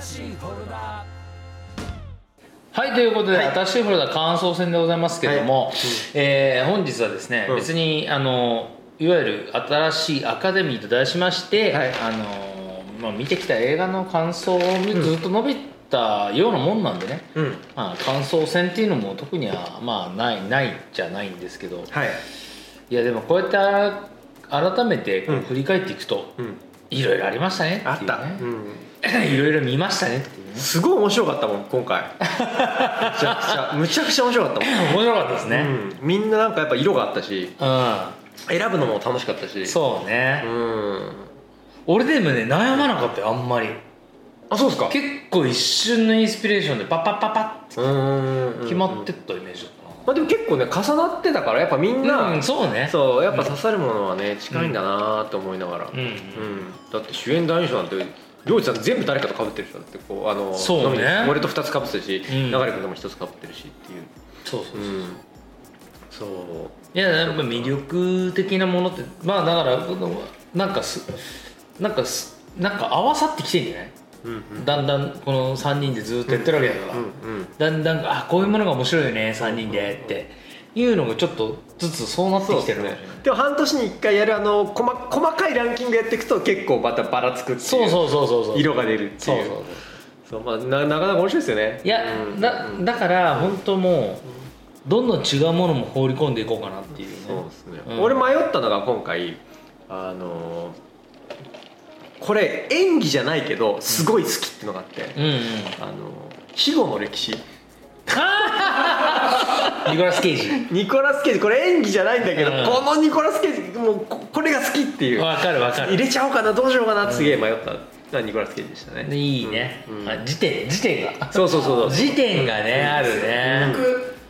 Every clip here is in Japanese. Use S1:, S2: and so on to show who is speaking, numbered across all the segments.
S1: 新しいフォルダ
S2: はいということで、新しいフォルダ感想戦でございますけども、
S3: はいうん
S2: えー本日はですね、
S3: うん
S2: 別にあのいわゆる新しいアカデミーと題しまして、
S3: はい
S2: あのまあ、見てきた映画の感想をみずっと述べたようなもんなんでね、
S3: うん
S2: まあ、感想戦っていうのも特にはまあないないじゃないんですけど
S3: はい
S2: いやでもこうやってあら改めてこう
S3: うん
S2: 振り返っていくと、
S3: うん
S2: いろいろありましたね
S3: あ
S2: っ
S3: って
S2: いう
S3: た、
S2: ね
S3: うん、
S2: いろいろ見ましたねっていうね
S3: すごい面白かったもん今回むちゃくちゃむちゃくちゃ面白かったもん
S2: 面白かったですね
S3: うん、みんななんかやっぱ色があったし
S2: う
S3: 選ぶのも楽しかったし
S2: んそうね、
S3: うん
S2: 俺でもね悩まなかったよあんまり
S3: あそうですか
S2: 結構一瞬のインスピレーションでパッパッパッパッって
S3: うん
S2: 決まって
S3: うん
S2: ったイメージだっ
S3: まあ、でも結構ね重なってたからやっぱみん
S2: たな
S3: な、
S2: うんそうね
S3: そうやっぱ刺さるものはね近いんだなと思いながら、
S2: うん、
S3: うん、だって主演男優賞なんてりょうちさん全部誰かと被ってる人だってこうあの
S2: そうね
S3: のみに俺と2つ被ってるし、
S2: うん
S3: 流れ君とも1つ被ってるしっていう、
S2: そうそうそう、い
S3: ん、そ
S2: ややっぱ魅力的なものってまあだからなんかすなんかすなんか合わさってきてんじゃない、
S3: う、うんうん、
S2: だんだんこの3人でずっとやってるわけだから、
S3: うん
S2: だんだんあこういうものが面白いよね3人でっていうのがちょっとずつそうなって
S3: そう
S2: きて
S3: で
S2: る
S3: す
S2: のかもし
S3: ね
S2: れない
S3: でも半年に1回やるあの細細かいランキングやっていくと結構またばらつくって
S2: そ
S3: いうう
S2: そうそうそうそう
S3: 色が出るって
S2: そう
S3: い
S2: そううそう
S3: そうまあ、ななかなか面白いですよね
S2: いや、
S3: うん
S2: だ
S3: うん
S2: だから本当もうどんどん違うものも放り込んでいこうかなっていうね
S3: そうですね、
S2: うん
S3: 俺迷ったのが今回あのーこれ演技じゃないけどすごい好きってのがあって、
S2: うんうん
S3: あのー死後の歴史
S2: ニコラス・ケイジ
S3: ニコラス・ケイジこれ演技じゃないんだけど、
S2: うん
S3: このニコラス・ケイジもうここれが好きっていう
S2: わかるわか
S3: 入
S2: る
S3: れちゃおうかなどうしようかなってすげえ迷ったのがニコラス・ケイジでしたね
S2: いいね、
S3: うんうん
S2: あ時点時点が
S3: そうそうそうそう
S2: 時点がね、あるね、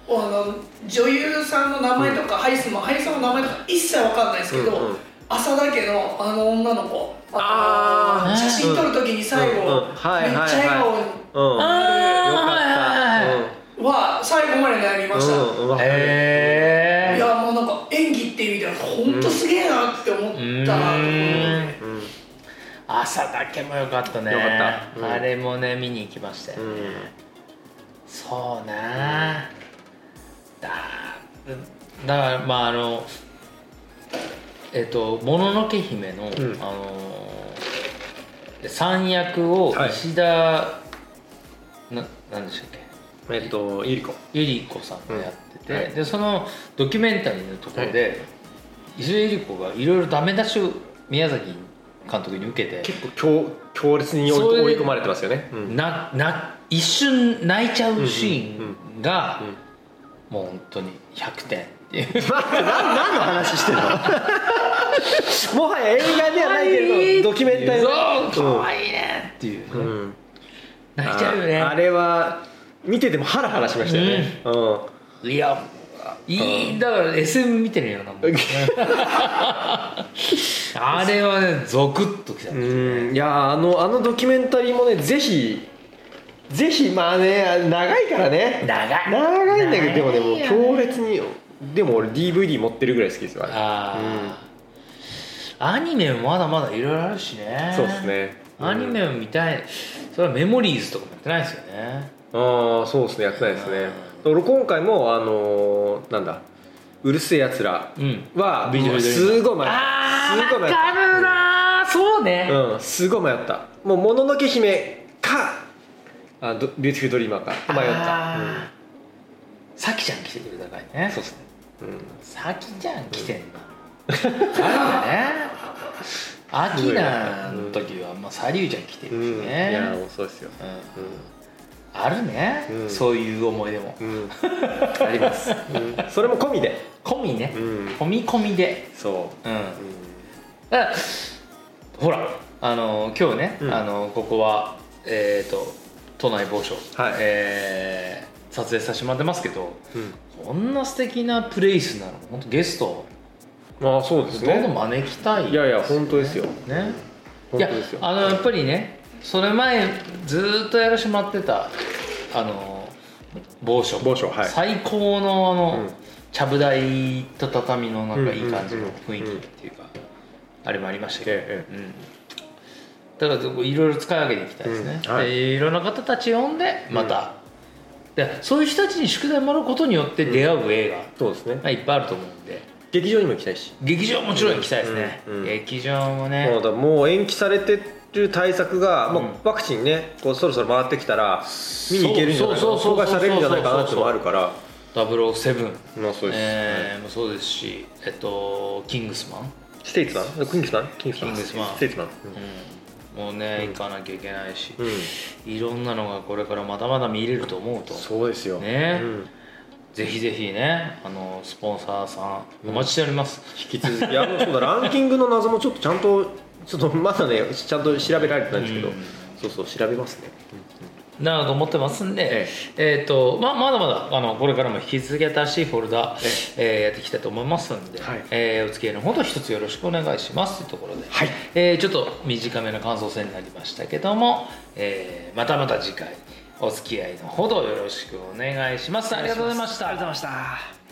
S4: 僕あの女優さんの名前とか、ハイスも俳優さんの名前とか一切わかんないですけど、
S3: うんうん
S4: 浅田家のあの女の子
S3: あ
S2: ー
S4: の写真撮るときに最後、
S3: うんうんはい
S4: めっちゃ
S3: はい
S4: 笑顔
S3: うんよ
S2: ああ
S3: か
S2: ーはいはいはい
S3: っ
S4: は最後まで悩みました、
S3: たうんうんわかる
S2: へ
S4: い
S2: え
S4: やもうなんか演技っていう意味では本当すげえなって思ったなと思って
S3: うんうん
S2: 朝だけもよかったね
S3: よかったうん
S2: あれもね見に行きましたよ、そうね、だだからまああのえっと「もののけ姫の」
S3: ん
S2: あの三役を
S3: はい
S2: 石田、ななんでしたっけ
S3: えっとゆり子
S2: ゆり子さんがやってて、
S3: うんはい
S2: でそのドキュメンタリーのところで、石田ゆり子がいろいろダメ出しを宮崎監督に受けて
S3: 結構強強烈に追い
S2: それ
S3: 追い込まれてますよね、うん
S2: なな一瞬泣いちゃうシーンが、
S3: うんうんうん
S2: もう本当に100点っていう。
S3: 待って何何の話してん のもはや映画ではないけれどドキュメンタリー
S2: そうか
S3: うん
S2: わいいねっていう、
S3: うん
S2: 泣いちゃうよね
S3: ああれは見ててもハラハラしましたよね、うん
S2: いやいいだから SM 見てるようなもん あれはねゾクッときた、
S3: うんいやーあのあのドキュメンタリーもねぜひぜひまあねあ長いからね
S2: 長い
S3: 長いんだけどでもねも
S2: 長
S3: う
S2: いよね
S3: 強烈にでも俺 DVD 持ってるぐらい好きですよあれ
S2: あー、アニメもまだまだいろいろあるしね
S3: そうですね
S2: アニメを見たいそれはメモリーズとかもやってないですよね
S3: ああそうですねやってないですね俺今回もあのーなんだうるせえやつら
S2: うん
S3: は、
S2: ビジュア
S3: も
S2: ル
S3: う
S2: ドリーマー
S3: すごい迷
S2: あーわ
S3: ったすごい迷っ
S2: かるなーそうね、
S3: たうんすごい迷ったもうもののけ姫かあどビューティフルドリーマーか迷った、
S2: あ
S3: う
S2: ー
S3: ん
S2: さきちゃん来てくれたからね
S3: そうですねうん
S2: さきちゃん来てんだあれだねアキナの時はまあサリュウちゃん来てるし
S3: うん、い
S2: ね、
S3: やもうそうですよ、
S2: うん
S3: う
S2: あるね、
S3: うん
S2: そういう思い出も
S3: んうん、あります、うん、それも込みで、
S2: 込みね、
S3: ん、
S2: 込み込みで
S3: そ
S2: うん
S3: う、うん、
S2: だからほらあの今日ね、
S3: うん
S2: あのここはえっ、と都内某所、
S3: はい
S2: えー撮影させてもらってますけど
S3: うん
S2: こんな素敵なプレイスなの本当ゲストを
S3: まあそうです
S2: どんどん
S3: ね
S2: 招きたい、
S3: いやいや本当ですよ
S2: ねい
S3: 本当
S2: や
S3: ですよ
S2: あのやっぱりねそれ前ずーっとやらしてもらってたあの某所
S3: 某所はい
S2: 最高のあの、
S3: うん
S2: ちゃぶ台と畳のなんかいい感じ
S3: うんうん
S2: の
S3: うん
S2: 雰囲気っていうか、あれもありましたけど、
S3: え
S2: うんだからいろいろ使い分けていきたいですね、
S3: うんはい
S2: でいろんな方たち呼んでまた、でそういう人たちに宿題もらうことによって出会う映
S3: そうですね
S2: 画がいっぱいあると思うんで
S3: 劇場にも行きたいし
S2: 劇場もちろん行きたいですね、
S3: うんうん
S2: 劇場も
S3: も
S2: ね
S3: うだもう延期されてる対策が、
S2: うん
S3: まあ、ワクチンねこうそろそろ回ってきたら見に行けるんじゃないか
S2: そ
S3: な
S2: うそうそうそう
S3: 公開されるんじゃないかなってのもあるから
S2: 007
S3: まあそうです、
S2: えーもうそうですし、えっと、キングスマン、
S3: ステイツマンキングスマンキングスマン
S2: キングスマン
S3: ステイツマン
S2: うん、もうね、
S3: うん
S2: 行かなきゃいけないし、
S3: うん、うん
S2: いろんなのがこれからまだまだ見れると思うと
S3: そうですよ
S2: ね
S3: うん
S2: ぜひぜひねあのスポンサーさんお待ちしております、
S3: 引き続きいやもうそうだランキングの謎もちょっとちゃんとちょっとまだねちゃんと調べられてないんですけど、
S2: うん
S3: そうそう調べますね、
S2: なると思ってますんで、
S3: え
S2: えーとままだまだあのこれからも引き続き新しいフォルダ、えーやっていきたいと思いますんで、
S3: はい
S2: えーお付き合いのほど一つよろしくお願いしますというところで、
S3: はい
S2: えーちょっと短めの感想戦になりましたけども、えーまたまた次回お付き合いのほどよろしくお願いしますありがとうございました
S3: ありがとうございました